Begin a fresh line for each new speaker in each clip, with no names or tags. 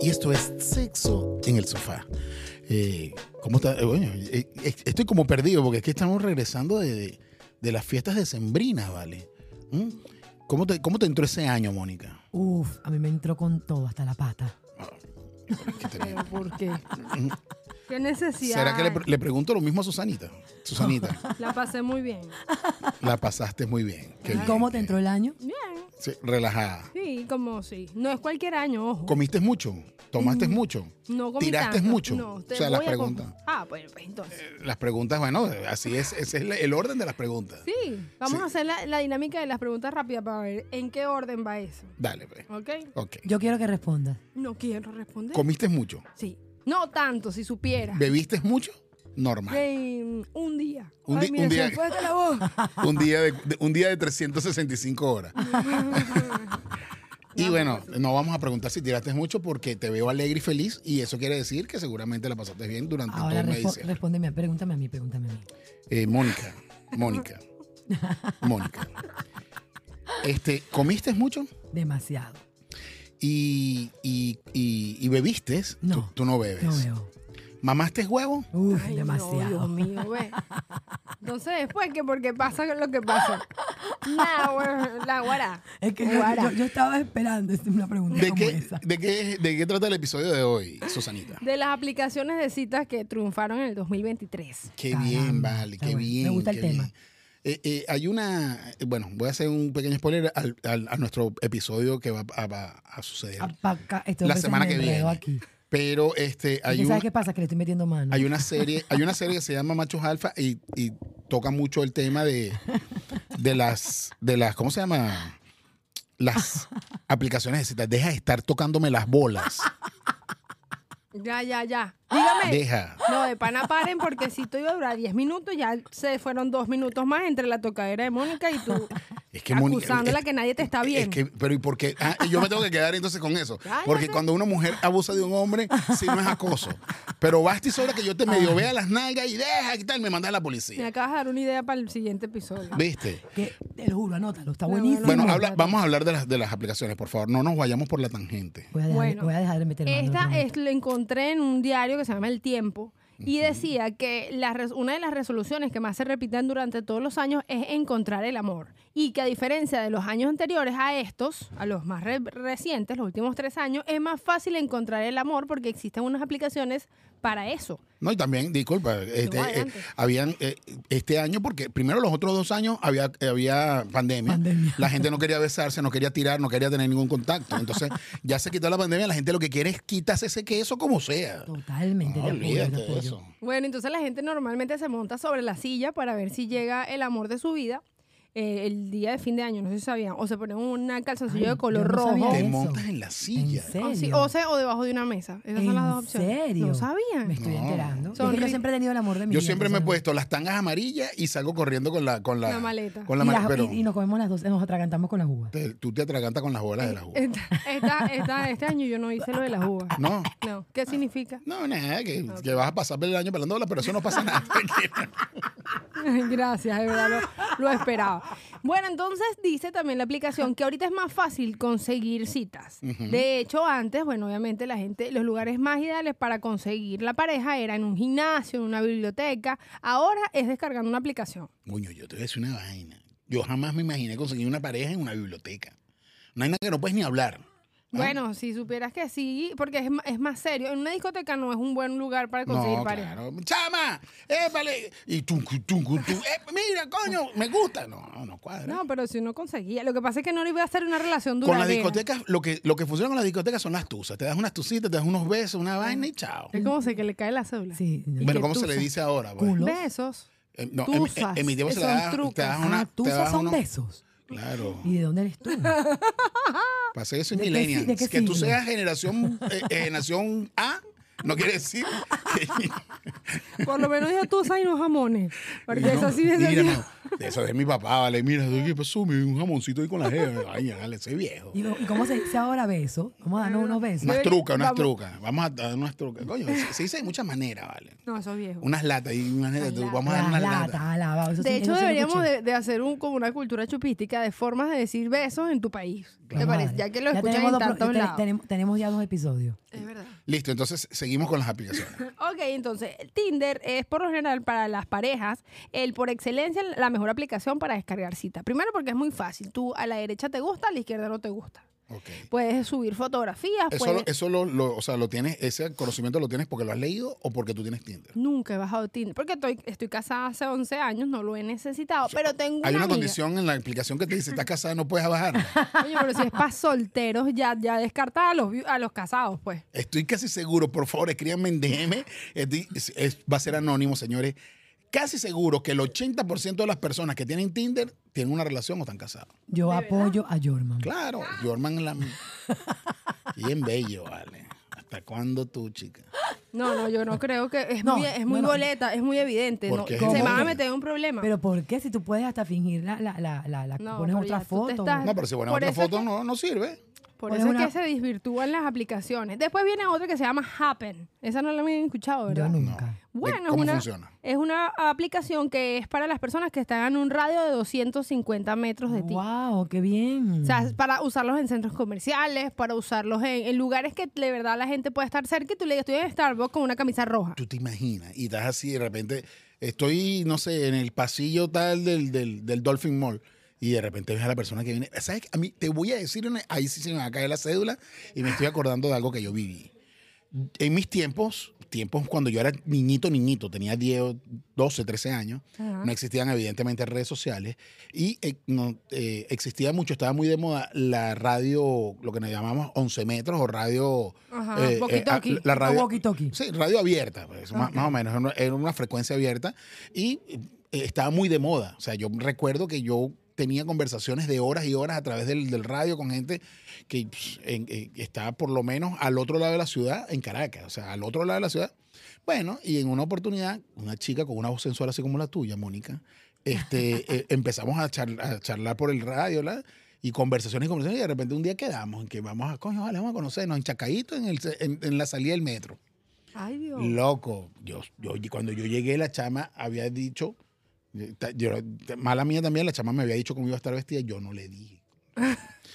Y esto es sexo en el sofá. Eh, ¿Cómo está? Eh, bueno, eh, eh, estoy como perdido porque es que estamos regresando de, de- de las fiestas decembrinas, ¿vale? ¿Mm? ¿Cómo, te, ¿Cómo te entró ese año, Mónica?
Uf, a mí me entró con todo, hasta la pata.
¿Qué tenía?
Pero, ¿Por qué? ¿Qué necesidad?
¿Será que le, pre- le pregunto lo mismo a Susanita? Susanita,
La pasé muy bien.
la pasaste muy bien. Qué
¿Y
bien,
cómo
qué
te entró
bien.
el año?
Bien.
Sí, relajada.
Sí, como sí. No es cualquier año, ojo.
¿Comiste mucho? ¿Tomaste mucho?
no comí
¿Tiraste
tanto.
mucho?
No, te
o sea, las
voy a com-
preguntas.
Ah, bueno, pues entonces.
Las preguntas, bueno, así es, ese es la- el orden de las preguntas.
Sí, vamos
Sí.
a hacer la, la dinámica de las preguntas rápidas para ver en qué orden va eso.
Dale, pues.
¿Ok?
Ok.
Yo quiero que respondas.
No quiero responder.
¿Comiste mucho?
sí. No tanto, si supiera.
¿Bebiste mucho? Normal.
De, mm, un día.
Un
Ay,
di-
mira,
un día-
se me fue hasta la voz.
Un día de, de- un día de 365 horas. Y bueno,
pues,
no vamos a preguntar si tiraste mucho porque te veo alegre y feliz y eso quiere decir que seguramente la pasaste bien durante todo
Ahora
el mes de
respo-
diciembre.
respóndeme, pregúntame a mí, pregúntame a mí.
Eh, Mónica, Mónica, Mónica. Este, ¿comiste mucho?
Demasiado.
¿Y, y, y- y bebiste?
No.
Tú, tú no bebes.
No veo.
¿Mamaste huevo?
Uf,
Ay, no,
demasiado.
Dios mío, ve. Entonces, después, que porque pasa lo que pasa. Nah, güey, la guará.
Es que yo,
Guara.
yo- yo estaba esperando es una pregunta
¿De
como
qué,
esa.
de, qué, ¿De qué trata el episodio de hoy, Susanita?
De las aplicaciones de citas que triunfaron en el 2023.
Qué
Caramba,
bien, vale,
está
qué
bueno. Me
bien.
gusta el
qué
tema.
bien. Eh, eh, hay una, eh, bueno, voy a hacer un pequeño spoiler al- al- a nuestro episodio que va a, va a suceder
Ah, Apaca, estoy
la
empezando
semana que
enredo
viene.
Aquí.
Pero este,
Es que
hay,
¿Sabes
un-
qué pasa? Que le estoy metiendo mano.
hay una serie, hay una serie que se llama Machos Alfa y, y toca mucho el tema de, de las, de las, ¿cómo se llama? Las aplicaciones de citas. Deja de estar tocándome las bolas.
Ya, ya, ya. Dígame.
Deja.
No, de pana paren porque si tú iba a durar 10 minutos, ya se fueron dos minutos más entre la tocadera de Mónica y tú.
Es que Mónica-
Acusándola
es-
que nadie te está viendo.
Es que, pero ¿y por qué? Ah, y yo me tengo que quedar entonces con eso.
Ya, ya,
Porque
ya.
cuando una mujer abusa de un hombre, si no es acoso. Pero basta y sobra que yo te medio vea las nalgas y deja y tal, me manda a la
Me
policía.
acabas de dar una idea para el siguiente episodio.
¿Viste?
Que, te lo juro, anótalo. Está
No,
buenísimo.
Bueno,
no,
habla-
claro.
vamos a hablar de las, de las aplicaciones, por favor. No nos vayamos por la tangente.
Voy a dejar,
Bueno,
voy a dejar de meter mano. lo
Esta
prometo.
es, lo encontré en un diario que se llama El Tiempo y decía que la res- una de las resoluciones que más se repiten durante todos los años es encontrar el amor. Y que a diferencia de los años anteriores a estos, a los más re- recientes, los últimos tres años, es más fácil encontrar el amor porque existen unas aplicaciones para eso.
No, y también, disculpa, este,
adelante.
eh, habían eh, este año, porque primero los otros dos años había, eh, había pandemia.
Pandemia.
La gente no quería besarse, no quería tirar, no quería tener ningún contacto. Entonces, ya se quitó la pandemia, la gente lo que quiere es quitarse ese queso como sea.
Totalmente
No,
de acuerdo.
Ah, olvídate
te
de
apoyo.
eso.
Bueno, entonces la gente normalmente se monta sobre la silla para ver si llega el amor de su vida. eh, el día de fin de año, no sé si sabían, o se ponen una calzoncillo
Ay,
de color
yo no
rojo.
sabía
Te
eso.
montas en la silla.
¿En serio?
O, Oh, sí, o se- o debajo de una mesa. Esas son
¿En
las dos opciones.
serio?
No
Me
sabían.
estoy
No.
enterando. Es que
Sonríe.
yo siempre he tenido el amor de mi
Yo
vida,
siempre me he
entonces-
puesto las tangas amarillas y salgo corriendo con la con la,
La maleta.
Con la
y,
maleta,
las-
pero
y- y nos comemos las dos, nos atragantamos con las uvas.
te- tú te atragantas con las bolas
Eh,
de las uvas.
Esta- esta- esta- este año yo no hice lo de
Ah,
las uvas.
No.
No. ¿Qué significa?
No, nada, que, que vas a pasar el año pelando bolas, pero eso no pasa nada.
Gracias, de verdad, lo, lo esperaba. Bueno, entonces dice también la aplicación que ahorita es más fácil conseguir citas. De hecho, antes, bueno, obviamente la gente, los lugares más ideales para conseguir la pareja era en un gimnasio, en una biblioteca. Ahora es descargando una aplicación.
Coño, yo te voy a decir una vaina. Yo jamás me imaginé conseguir una pareja en una biblioteca. Una vaina que no puedes ni hablar.
¿Eh?
Bueno, si supieras que sí, porque es, ma- es más serio. En una discoteca no es un buen lugar para conseguir
No,
pareja.
claro. ¡Chama! ¡Épale! Y tú, tú, tú, Eh, mira, coño, me gusta. No, no cuadra.
No, pero si uno conseguía. Lo que pasa es que no le iba a hacer una relación
Con
duradera.
las discotecas, lo que, lo que funciona con las discotecas son las tuzas. Te das unas tucitas, te das unos besos, una vaina y chao.
Es como se que le cae la cédula.
Sí.
¿Y
Bueno,
qué
¿cómo se le
tusa?
dice ahora? pues?
Culo.
Besos.
Eh, no, en,
Tusas.
en- en mi tiempo se le
Son
da, te
trucos.
das una.
Ah, tú
te das
usas son
uno-
besos.
Claro.
¿Y de dónde eres tú?
Pasa que eso es
¿De qué
millennial.
si- de qué
Que tú
siglo?
seas generación, eh, eh, generación A, no quiere decir que.
Por lo menos ya tú sabes los jamones. Porque
No,
eso sí es así.
mira, no, eso es de mi papá, vale. Mira, ¿qué pasó? Me dio un jamoncito ahí con la jeva. Ay, dale, ese viejo.
¿Y, y cómo se dice ahora beso? Vamos a darnos unos besos.
Unas
Debería-
trucas, unas
vamos.
trucas. Vamos a dar unas trucas. Coño, se, se dice de muchas maneras, vale.
No, eso es viejo.
Unas latas y unas latas.
latas.
Vamos a dar
ah, La
unas latas.
lata, alabado. Eso
De
sí-
hecho,
eso sí lo
deberíamos
escuché.
de, de hacer un, como una cultura chupística de formas de decir besos en tu país. ¿Te
Vamos a
parece?
ver.
Ya que lo escuchan
tenemos
en
dos pro-
tantos
te-
lados.
Tenemos, tenemos ya dos episodios.
Es verdad.
Listo, entonces seguimos con las aplicaciones.
Ok, entonces Tinder es por lo general para las parejas el por excelencia la mejor aplicación para descargar cita. Primero porque es muy fácil. Tú a la derecha te gusta, a la izquierda no te gusta.
Ok.
Puedes subir fotografías.
Eso,
puedes...
lo, eso lo, lo- o sea, lo tienes, ese conocimiento lo tienes porque lo has leído o porque tú tienes Tinder.
Nunca he bajado Tinder porque estoy, estoy casada hace 11 años, no lo he necesitado, pero tengo una,
Hay una
amiga.
condición en la aplicación que te dice, estás casada, no puedes bajar.
Oye, pero si es para solteros, ya, ya descarta a los, vi- a los casados, pues.
Estoy casi seguro, por favor, escríbanme en DM. Estoy- es- es- va a ser anónimo, señores. Casi seguro que el 80% de las personas que tienen Tinder tienen una relación o están casados.
Yo apoyo a Jorman.
Claro, Jorman la... Bien bello, vale. ¿Hasta cuándo tú, chica?
No, no, yo no creo que. Es
No,
muy, es muy
bueno,
boleta, es muy evidente. no,
porque es
se van a
homófoba.
meter en un problema.
Pero ¿por qué? Si tú puedes hasta fingir la, la, la, la, la-
No,
pones
pero
otra
ya tú te
foto.
estás-
No, pero si pones
Por
otra
eso
foto
que-
no, no sirve.
Por
Pues
eso
es
es
una-
que se desvirtúan las aplicaciones. Después viene otra que se llama Happen. Esa no la habían escuchado,
Yo
¿verdad?
nunca.
¿De
Bueno, es
cómo
una,
funciona?
es una aplicación que es para las personas que están en un radio de 250 metros de ti.
Wow, qué bien.
O sea, es para usarlos en centros comerciales, para usarlos en, en lugares que de verdad la gente puede estar cerca y tú le digas, estoy en Starbucks con una camisa roja.
Tú te imaginas y estás así de repente, estoy, no sé, en el pasillo tal del, del, del Dolphin Mall y de repente ves a la persona que viene. ¿Sabes? qué? A mí te voy a decir, una- ahí sí se me va a caer la cédula y me estoy acordando de algo que yo viví. En mis tiempos, tiempos cuando yo era niñito, niñito, tenía 10, 12, 13 años,
Ajá.
no existían evidentemente redes sociales y eh, no, eh, existía mucho, estaba muy de moda la radio, lo que nos llamamos 11 metros o radio...
Ajá,
eh, eh,
walkie-talkie.
a- la radio,
O walkie-talkie.
Sí, radio abierta, pues, ma- más, o menos, era una, era una frecuencia abierta y eh, estaba muy de moda. O sea, yo recuerdo que yo tenía conversaciones de horas y horas a través del, del radio con gente que pss, en- en- estaba por lo menos al otro lado de la ciudad, en Caracas, o sea, al otro lado de la ciudad. Bueno, y en una oportunidad, una chica con una voz sensual así como la tuya, Mónica, este, eh, empezamos a, charl- a charlar por el radio, ¿la? Y conversaciones y conversaciones, y de repente un día quedamos en que vamos a, coño, vale, vamos a conocernos en Chacaíto, en, el, ce- en- en la salida del metro.
Ay, Dios.
Loco, yo, yo- cuando yo llegué, la chama había dicho, eh, ta- yo- mala mía también, la chama me había dicho cómo iba a estar vestida, yo no le dije.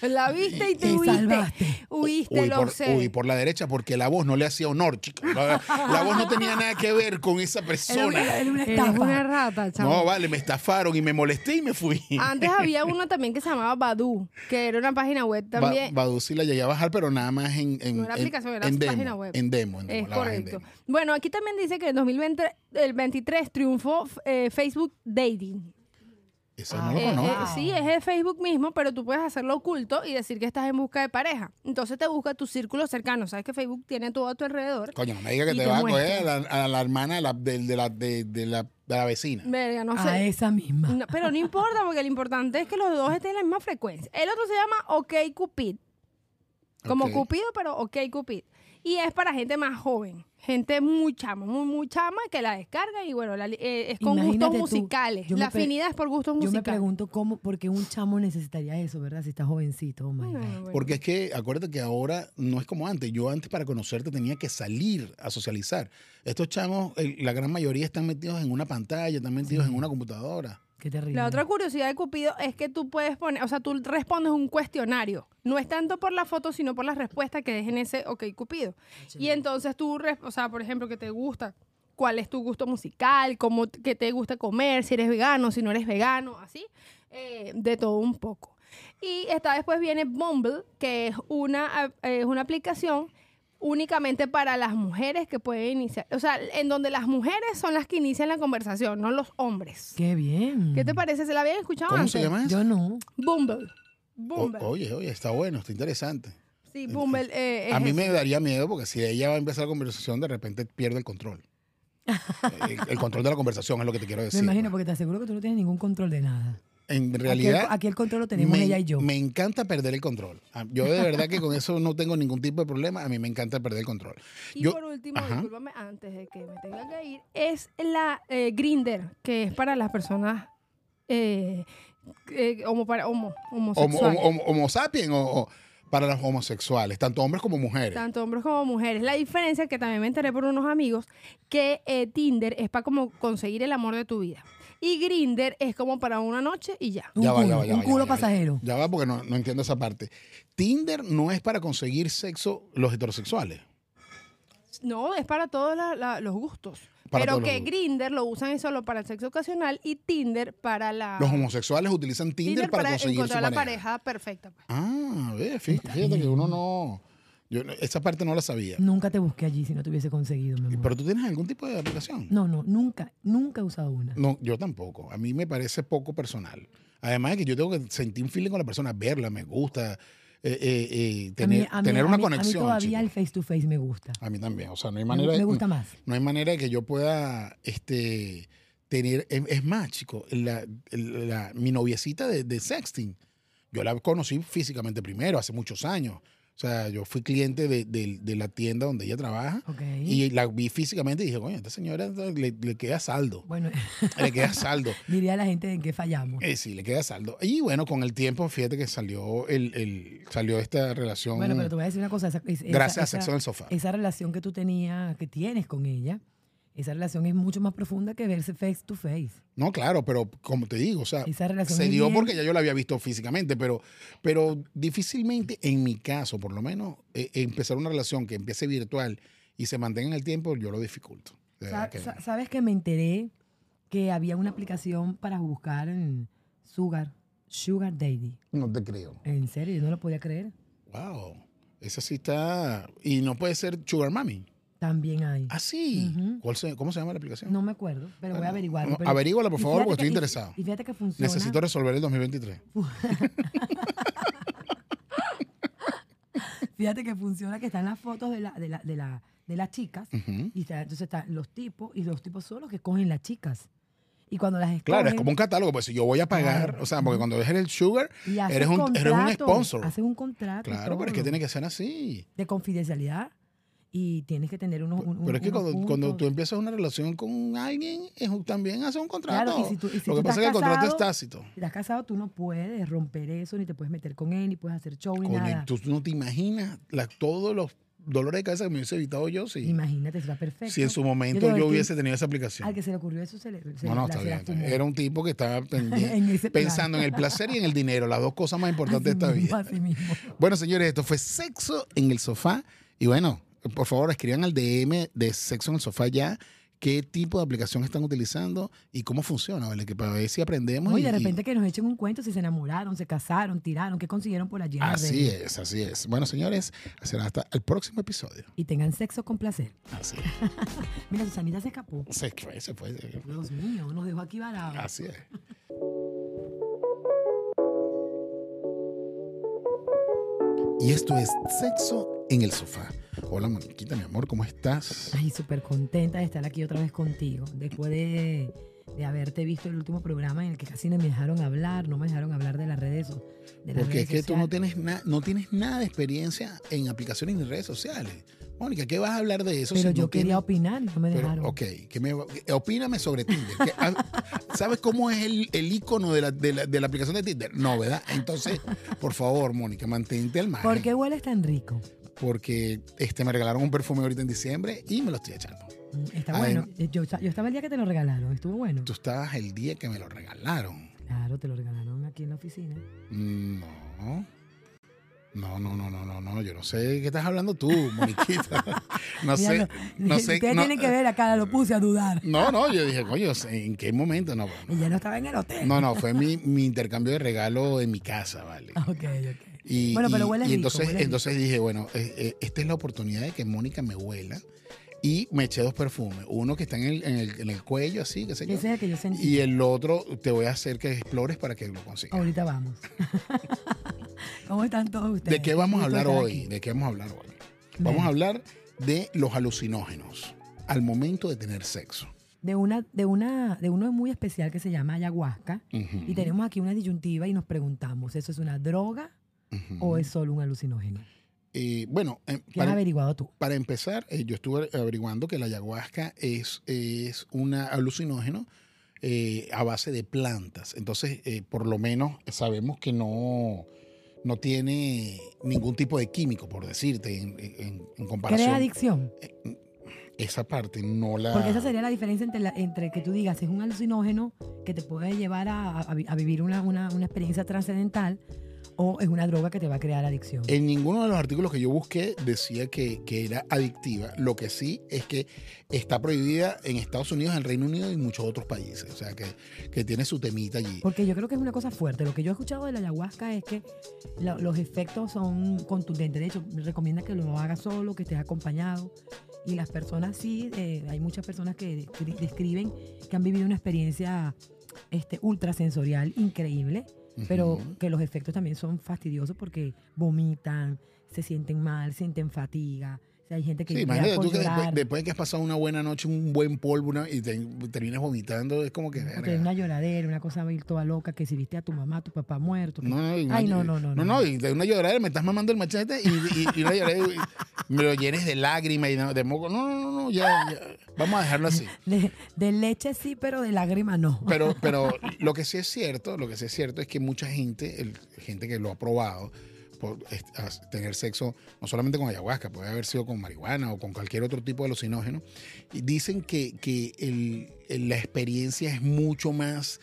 La viste y te
Te
huiste.
salvaste.
Huiste,
Uy,
lo
por,
sé.
uy, por la derecha, porque la voz no le hacía honor, chica. La, la voz no tenía nada que ver con esa persona.
Era una
Eres
estafa.
una rata, chamo.
No, vale, me estafaron y me molesté y me fui.
Antes había una también que se llamaba Badu, que era una página web
Ba-
también.
Badu sí la llegué a bajar, pero nada más en, en,
No era
en-
aplicación, era
en
su
demo,
página web.
En demo, en demo,
es
la bajé en
correcto.
demo.
Bueno, aquí también dice que en 2020, el 23 triunfó eh, Facebook Dating.
Eso
Ah,
no lo
Eh, eh,
conozco.
sí, es el Facebook mismo, pero tú puedes hacerlo oculto y decir que estás en busca de pareja. Entonces te busca tu círculo cercano. Sabes que Facebook tiene todo a tu alrededor.
Coño, no me diga que
Y
te,
te
vas a coger a
muestra.
la, a la hermana de la, del- de, la, de- de la, de la vecina.
Verga, no
A
sé.
esa misma.
No, pero no importa, porque lo importante es que los dos estén en la misma frecuencia. El otro se llama OK Cupid. Como
Ok.
Cupido, pero OK Cupid. Y es para gente más joven. Gente muy chama, muy, muy chama que la descarga y bueno, la li- eh, es con
Imagínate tú,
gustos musicales.
yo me
La
pre-
afinidad es por gustos
Yo me
musicales.
pregunto cómo, porque un chamo necesitaría eso, ¿verdad? Si está jovencito, oh my God.
No, bueno.
Porque es que acuérdate que ahora no es como antes. Yo antes para conocerte tenía que salir a socializar. Estos chamos, el- la gran mayoría están metidos en una pantalla, están metidos en una computadora.
Qué terrible.
La otra curiosidad de Cupido es que tú puedes poner, o sea, tú respondes un cuestionario. No es tanto por la foto, sino por la respuesta que dejen ese OK Cupido. Y entonces tú, res- o sea, por ejemplo, que te gusta, cuál es tu gusto musical, cómo t- qué te gusta comer, si eres vegano, si no eres vegano, así, eh, de todo un poco. Y esta después viene Bumble, que es una, a- eh, es una aplicación únicamente para las mujeres que pueden iniciar, o sea, en donde las mujeres son las que inician la conversación, no los hombres.
Qué bien.
¿Qué te parece? ¿Se la habían escuchado
Mm. ¿Cómo
antes?
se llama Oh, eso?
Yo no.
Bumble.
O-
Bumble.
oye, oye, está bueno, está interesante.
Sí, Bumble. eh, es
a mí
eso.
me daría miedo porque si ella va a empezar la conversación, de repente pierde el control. el, el control de la conversación es lo que te quiero
Me
decir.
imagino, porque te aseguro que tú no tienes ningún control de nada.
Pues En
Aquí
realidad,
el, aquí el control lo tenemos
me,
ella y yo.
me encanta perder el control. Ah, Yo de verdad que con eso no tengo ningún tipo de problema. A mí me encanta perder el control.
Y
Yo-
por último,
Ajá.
discúlpame antes de que me tenga que ir, es la eh, Grinder, que es para las personas eh, eh, homo, para, homo-
Homo,
homosexuales.
homo- homo sapiens o, o para los homosexuales, tanto hombres como mujeres.
tanto hombres como mujeres. La diferencia que también me enteré por unos amigos que eh, Tinder es para como conseguir el amor de tu vida y Grinder es como para una noche y ya.
Un culo, un culo pasajero.
Ya va porque no, no entiendo esa parte. Tinder no es para conseguir sexo los heterosexuales.
No, es para todos la- la- los gustos.
Para
Pero
todos los
que
gustos.
Grinder lo usan es solo para el sexo ocasional y Tinder para la.
Ah.
Los homosexuales utilizan Tinder, para, conseguir su
encontrar la
pareja.
pareja perfecta. pues.
Ah, ve, fí- fíjate, que uno no. Yo, no- esa parte no la sabía.
Nunca te busqué allí si no te hubiese conseguido, mi
¿Y-
amor.
Pero tú tienes algún tipo de aplicación.
No, no, nunca, nunca he usado una.
No, yo tampoco. A mí me parece poco personal. Además de que yo tengo que sentir un feeling con la persona, verla, me gusta, eh, eh, eh,
A mí-
tener,
a mí-
tener
a
una
mí-
conexión.
A mí
chico.
todavía el face to face me gusta.
A mí también. O sea, no hay
Me-
manera.
me gusta más.
No hay manera de que yo pueda este, tener. Es, es más, chico, la, la- mi noviecita de, de Sexting, yo la conocí físicamente primero, hace muchos años. O sea, yo fui cliente de, de- de la tienda donde ella trabaja
Ok.
y la vi físicamente y dije, coño, esta señora le, le queda saldo.
Bueno,
Le queda saldo.
diría a la gente en qué fallamos.
Eh, sí, le queda saldo. Y bueno, con el tiempo, fíjate que salió el, el- salió esta relación
Bueno, pero te voy a decir una cosa. esa- es- esa-
gracias a
esa-
Sexo en el Sofá.
esa relación que tú tenías, que tienes con ella, esa relación es mucho más profunda que verse face to face.
No, claro, pero como te digo, o sea,
Esa relación
Ah, se
es
dio
Ah, bien-
porque ya yo la había visto físicamente, pero, pero difícilmente, en mi caso, por lo menos, eh, empezar una relación que empiece virtual y se mantenga en el tiempo, yo lo dificulto. De
Sa-
verdad que-
sa- ¿Sabes que me enteré que había una aplicación para buscar en Sugar, Sugar Daddy?
no te creo.
En serio, yo no lo podía creer.
Wow. Esa sí está. Y no puede ser Sugar Mami.
También hay.
Ah, sí.
Ujú.
¿Cuál se- ¿Cómo se llama la aplicación?
No me acuerdo, pero voy
Bueno,
a averiguarlo. pero-
averíguala, por
y
favor,
fíjate
porque estoy
que- y-
interesado.
Y fíjate que funciona.
Necesito resolver el 2023.
Fíjate que funciona, que están las fotos de, la, de, la, de, la, de las chicas.
Ujú.
Y está- entonces están los tipos, y los tipos son los que cogen las chicas. Y cuando las escogen.
Claro, es como un catálogo, pues si yo voy a pagar,
Claro.
o sea, porque cuando dejes el sugar,
y haces
eres un- eres un
contrato,
sponsor.
Haces un contrato. y
claro, pero es que
todo,
tiene que ser así.
De confidencialidad. Y tienes que tener unos. un-
Pero es que
unos
cuando, cuando tú
puntos.
empiezas una relación con alguien, es un- también haces un contrato.
Claro, y si tú- y si
Lo que
tú
pasa es que
estás
el contrato es
casado,
tácito.
Si estás casado, tú no puedes romper eso, ni te puedes meter con él, ni puedes hacer show, ni
Coño,
pues nada.
tú no te imaginas la- todos los dolores de cabeza que me hubiese evitado yo si,
Imagínate, está perfecto.
si en su momento
Yo creo
yo,
que el
hubiese tenido esa
Al
aplicación.
que se le ocurrió eso se le. se
No, no,
la-
está
se
bien.
la
está
fumó.
bien. Era un tipo que estaba pendiente-
En ese plan.
pensando en el placer y en el dinero, las dos cosas más importantes de esta
Así mismo,
vida.
así mismo.
Bueno, señores, esto fue Sexo en el Sofá. Y bueno, por favor, escriban al DM de Sexo en el Sofá ya qué tipo de aplicación están utilizando y cómo funciona, ¿vale? Que para ver si aprendemos.
Oye,
y- y-
de repente que nos echen un cuento si se enamoraron, se casaron, tiraron, qué consiguieron por allí. en las
Así
redes.
es, así es. Bueno, señores, será hasta el próximo episodio.
Y tengan sexo con placer.
Así
Mira, Susanita se escapó.
es. Se fue, se fue.
Dios mío, nos dejó aquí varados.
Así es. Y esto es Sexo en el Sofá. Hola, Moniquita, mi amor, ¿cómo estás?
Ay, súper contenta de estar aquí otra vez contigo. Después de, de haberte visto el último programa en el que casi no me dejaron hablar, no me dejaron hablar de las redes. so- De las
Porque es
redes
que tú no
sociales.
tienes, na- no tienes nada de experiencia en aplicaciones ni redes sociales. Mónica, ¿qué vas a hablar de eso?
Pero
si
yo
no
quería
tienes-
opinar y no me
Pero,
dejaron.
ok, que me, opíname sobre Tinder. que- ah, ¿Sabes cómo es el, el icono de la, de, la, de la aplicación de Tinder? No, ¿verdad? Entonces, por favor, Mónica, mantente al margen.
¿Por qué hueles tan rico?
Porque este, me regalaron un perfume ahorita en diciembre y me lo estoy echando.
Mm, Está
Ay,
bueno. Eh, Yo, yo estaba el día que te lo regalaron. Estuvo bueno.
Tú estabas el día que me lo regalaron.
Claro, te lo regalaron aquí en la oficina.
No. No, no, no, no, no, no. Yo no sé de qué estás hablando tú, Moniquita. No
Mira,
sé.
lo-
No sé.
Ustedes
no-
tienen que ver acá, lo puse a dudar.
No, no, yo dije, coño, ¿en qué momento? No,
Y ya no estaba en el hotel.
no, no, fue mi, mi intercambio de regalo en mi casa, ¿vale?
Ah, Ok, ok.
Y,
Bueno, pero
y-
hueles
y
rico,
entonces,
hueles rico.
entonces dije, bueno, eh, eh, esta es la oportunidad de que Mónica me huela. Y me eché dos perfumes. Uno que está en el, en el, en el cuello, así, qué sé
Ese
yo.
es el que yo sentí.
Y el otro te voy a hacer que explores para que lo consigas.
Ahorita vamos. ¿Cómo están todos ustedes?
¿De qué vamos a
Gusto
hablar
estar
hoy?
aquí.
¿De qué vamos a hablar hoy?
Bueno.
Vamos a hablar de los alucinógenos al momento de tener sexo.
De una, de una, de uno muy especial que se llama ayahuasca.
Ujú,
Y tenemos aquí una disyuntiva y nos preguntamos, ¿eso es una droga
ujú.
o es solo un alucinógeno?
Eh, bueno, eh,
¿Qué has
para,
averiguado tú?
para empezar, eh, yo estuve averiguando que la ayahuasca es, es un alucinógeno eh, a base de plantas. Entonces, eh, por lo menos sabemos que no, no tiene ningún tipo de químico, por decirte, en, en- en
¿Crea
comparación.
adicción?
Esa parte no la...
Porque esa sería la diferencia entre, la- entre que tú digas, es un alucinógeno que te puede llevar a, a- a vi- a vivir una, una- una experiencia trascendental o es una droga que te va a crear adicción.
En ninguno de los artículos que yo busqué decía que, que era adictiva. Lo que sí es que está prohibida en Estados Unidos, en Reino Unido y en muchos otros países. O sea, que, que tiene su temita allí.
Porque yo creo que es una cosa fuerte. Lo que yo he escuchado de la ayahuasca es que la- los efectos son contundentes. De hecho, me recomienda que lo hagas solo, que estés acompañado. Y las personas sí, eh, hay muchas personas que descri- describen que han vivido una experiencia este, ultrasensorial increíble, pero
Ujú.
que los efectos también son fastidiosos porque vomitan, se sienten mal, sienten fatiga. O sea, hay gente que
Sí,
llora
imagínate
por
tú que después,
llorar,
después de que has pasado una buena noche, un buen polvo una- y te- terminas vomitando, es como que...
porque
verga.
hay una lloradera, una cosa toda loca, que si viste a tu mamá, a tu papá muerto. que-
No, no, y una-
Ay, no, no, no,
No,
no,
no,
no.
y de una lloradera me estás mamando el machete y, y- y una lloradera y me lo llenes de lágrimas y de, de moco. No, no, no, no, ya, ya. Vamos a dejarlo así.
De, de leche sí, pero de lágrima no.
Pero, pero lo que sí es cierto, lo que sí es cierto es que mucha gente, el- gente que lo ha probado, por es- as- tener sexo, no solamente con ayahuasca, puede haber sido con marihuana o con cualquier otro tipo de alucinógeno, y dicen que, que el- el- la experiencia es mucho más,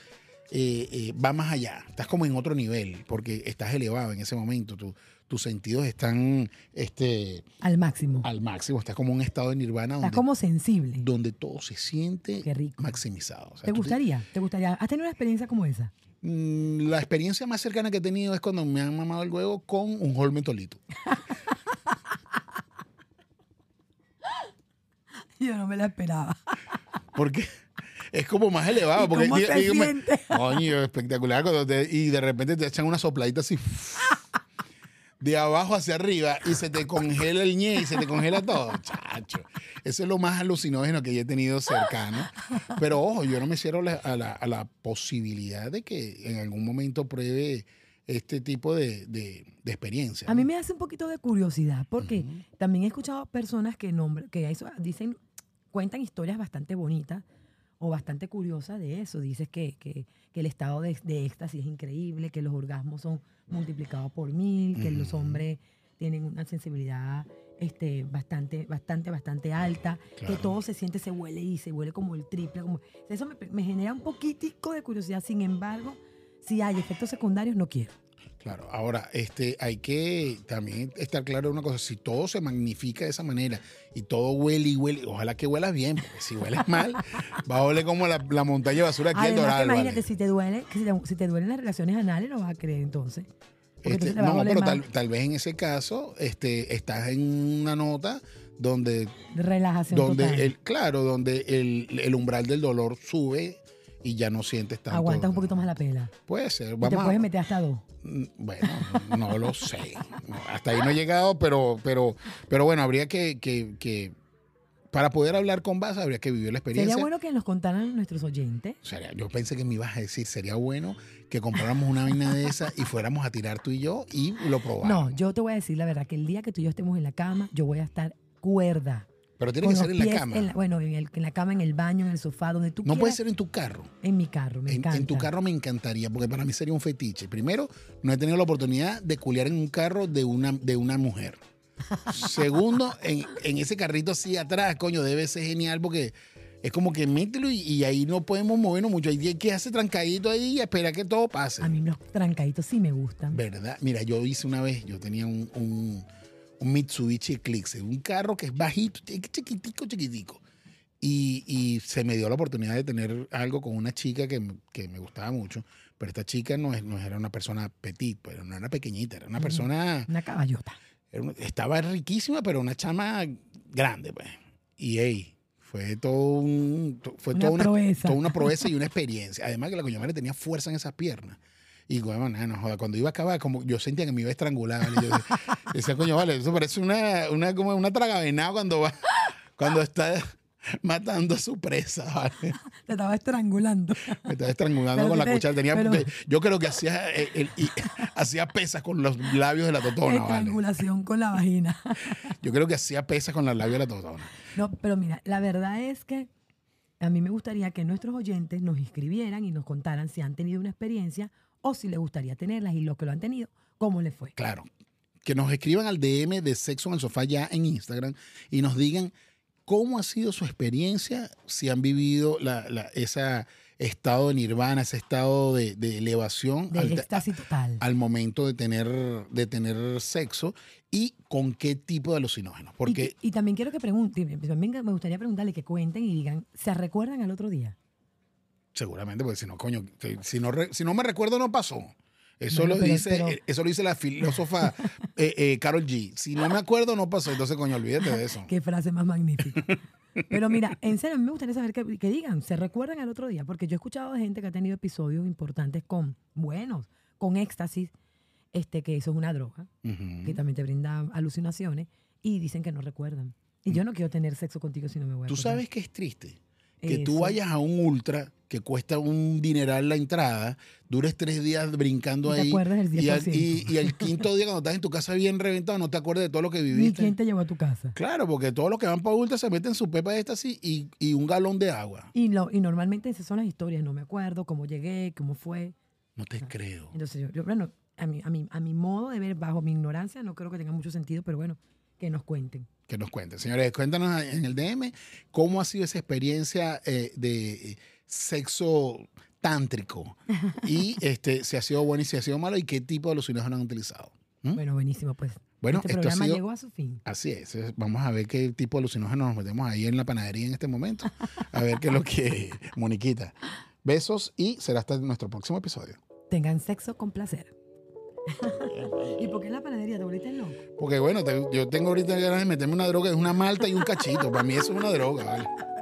eh, eh, va más allá, estás como en otro nivel, porque estás elevado en ese momento, tu- tus sentidos están este,
Al máximo.
al máximo, estás como en un estado de nirvana
Estás
donde,
como sensible.
donde todo se siente
Qué rico.
maximizado. O sea,
¿Te
tú
gustaría? ¿Te gustaría? ¿Has tenido una experiencia como esa?
Mm, La experiencia más cercana que he tenido es cuando me han mamado el huevo con un holmentolito.
Yo no me la esperaba.
Porque es como más elevado.
¿Y
porque
cómo
dí-
se siente?
coño, espectacular. cuando te- y de repente te echan una sopladita así de abajo hacia arriba y se te congela el ñe y se te congela todo. Chacho. Eso es lo más alucinógeno que yo he tenido cercano. Pero ojo, yo no me cierro la- a, la, a la posibilidad de que en algún momento pruebe este tipo de, de- de experiencia.
A mí
¿no?
me hace un poquito de curiosidad porque también he escuchado personas que nombran, que eso ah, dicen, cuentan historias bastante bonitas o bastante curiosas de eso. Dices que, que- que el estado de, de éxtasis es increíble, que los orgasmos son multiplicados por mil, que los
Ujú.
hombres tienen una sensibilidad este, bastante, bastante, bastante alta,
Claro.
que todo se siente, se huele y se huele como el triple. Como, eso me, me genera un poquitico de curiosidad. Sin embargo, si hay efectos secundarios, no quiero.
Claro, ahora este, hay que también estar claro de una cosa, si todo se magnifica de esa manera y todo huele y huele, ojalá que huelas bien, porque si hueles mal, va a oler como la, la montaña de basura aquí en
Además, que
Doral.
imagínate,
vale.
si te duele, que si te, si te duelen las relaciones anales, no vas a creer entonces. Porque
Este,
entonces te va a
no,
doler
pero
más.
tal, tal vez en ese caso este, estás en una nota donde,
Relajación total.
donde el, claro, donde el, el umbral del dolor sube y ya no sientes tanto.
Aguantas un poquito más la pela.
Puede ser,
Y te
vamos a-
puedes meter hasta dos.
Mm, Bueno, no lo sé. No, Hasta ahí no he llegado, pero, pero, pero bueno, habría que, que- que- para poder hablar con Baza, habría que vivir la experiencia.
Sería bueno que nos contaran nuestros oyentes.
Sería- yo pensé que me ibas a decir, sería bueno que compráramos una vaina de esa y fuéramos a tirar tú y yo y lo
No,
probáramos.
yo te voy a decir la verdad, que el día que tú y yo estemos en la cama, yo voy a estar cuerda.
pero tiene
con
que ser
los
en la
pies
cama.
en la- bueno, en, el- en la cama, en el baño, en el sofá, donde tú
no
quieras.
puede ser en tu carro.
En mi carro, me
En, en
encanta.
tu carro me encantaría, porque para mí sería un fetiche. Primero, no he tenido la oportunidad de culiar en un carro de una, de una mujer. Segundo, en, en ese carrito así atrás, coño, debe ser genial porque es como que mételo y, y ahí no podemos movernos mucho. Hay que hace trancadito ahí y esperar que todo pase.
A mí los trancaditos sí me gustan.
¿Verdad? Mira, yo hice una vez, yo tenía un, un, un Mitsubishi Eclipse, un carro que es bajito, chiqui- chiquitico, chiquitico. Y, y se me dio la oportunidad de tener algo con una chica que, me- que me gustaba mucho, pero esta chica no, es- no era una persona petit, pero no era pequeñita, era una persona,
Una caballota.
era una- estaba riquísima, pero una chama grande, pues. Y hey, fue todo un, to- fue
Una
toda una
proeza.
toda una proeza y una experiencia. Además que la coño madre tenía fuerza en esas piernas. Y bueno, no, no, joda, cuando iba a acabar, como yo sentía que me iba a estrangular. ¿vale? Yo decía, decía, coño, vale, eso parece una, una, como una tragavenada cuando va, cuando está matando a su presa, ¿vale?
Te estaba estrangulando.
Me estaba estrangulando
Pero
con
tú
la
te-
cuchara. Tenía,
pero-
yo creo que hacía, eh, el- y- hacía pesas con los labios de la totona, Oh, ¿vale?
Estrangulación con la vagina.
Yo creo que hacía pesas con los labios de la totona.
No, pero mira, la verdad es que a mí me gustaría que nuestros oyentes nos escribieran y nos contaran si han tenido una experiencia o si les gustaría tenerlas y los que lo han tenido, cómo les fue.
Claro. Que nos escriban al DM de Sexo en el Sofá ya en Instagram y nos digan cómo ha sido su experiencia, si han vivido la- la- esa, estado de nirvana, ese estado de, de elevación
Del
al,
éxtasis total.
al momento de tener, de tener sexo y con qué tipo de alucinógenos.
Y
Porque
que- Y, también quiero que pregunten, eh, también me gustaría preguntarle que cuenten y digan, ¿se recuerdan al otro día?
Seguramente, porque si no, coño, que si no, re- si no me recuerdo, no pasó. Eso,
Bueno,
lo
pero-
dice,
pero-
eh, eso lo dice la filósofa eh, eh, Carol G. Si no me acuerdo, no pasó. Entonces, coño, olvídate de eso.
Qué frase más magnífica. Pero mira, en serio, a mí me gustaría saber que, que digan, ¿se recuerdan al otro día? Porque yo he escuchado de gente que ha tenido episodios importantes con buenos, con éxtasis, este que eso es una droga, que
Ujú.
también te brinda alucinaciones, y dicen que no recuerdan. Y yo no quiero tener sexo contigo si no me voy a
Mm. Tú
acordar.
sabes que es triste que tú
Eso.
vayas a un ultra que cuesta un dineral la entrada, dures tres días brincando
Y te
ahí.
acuerdas del
y, al,
10%.
y- y al quinto día, cuando estás en tu casa bien reventado, no te acuerdas de todo lo que
Ni
viviste.
quién te llevó a tu casa.
Claro, porque todos los que van para ultra se meten su pepa de éxtasis y, y un galón de agua.
Y, lo- y normalmente esas son las historias, no me acuerdo cómo llegué, cómo fue.
No te creo.
Entonces yo, yo, bueno, a mi, a, mi, a mi modo de ver, bajo mi ignorancia, no creo que tenga mucho sentido, pero bueno, que nos cuenten.
que nos cuenten. Señores, cuéntanos en el DM cómo ha sido esa experiencia eh, de sexo tántrico y este, si ha sido bueno y si ha sido malo y qué tipo de alucinógenos han utilizado. ¿Mm?
Bueno, buenísimo, pues.
Bueno,
este
esto ha
programa
sido...
llegó a su fin.
Así es, es- vamos a ver qué tipo de alucinógenos nos metemos ahí en la panadería en este momento. A ver qué es lo que... Moniquita, besos y será hasta nuestro próximo episodio.
Tengan sexo con placer. ¿Y por qué en la panadería te volviste loco?
Porque bueno, te- yo tengo ahorita ganas de meterme una droga, es una malta y un cachito. Para mí eso es una droga, ¿vale?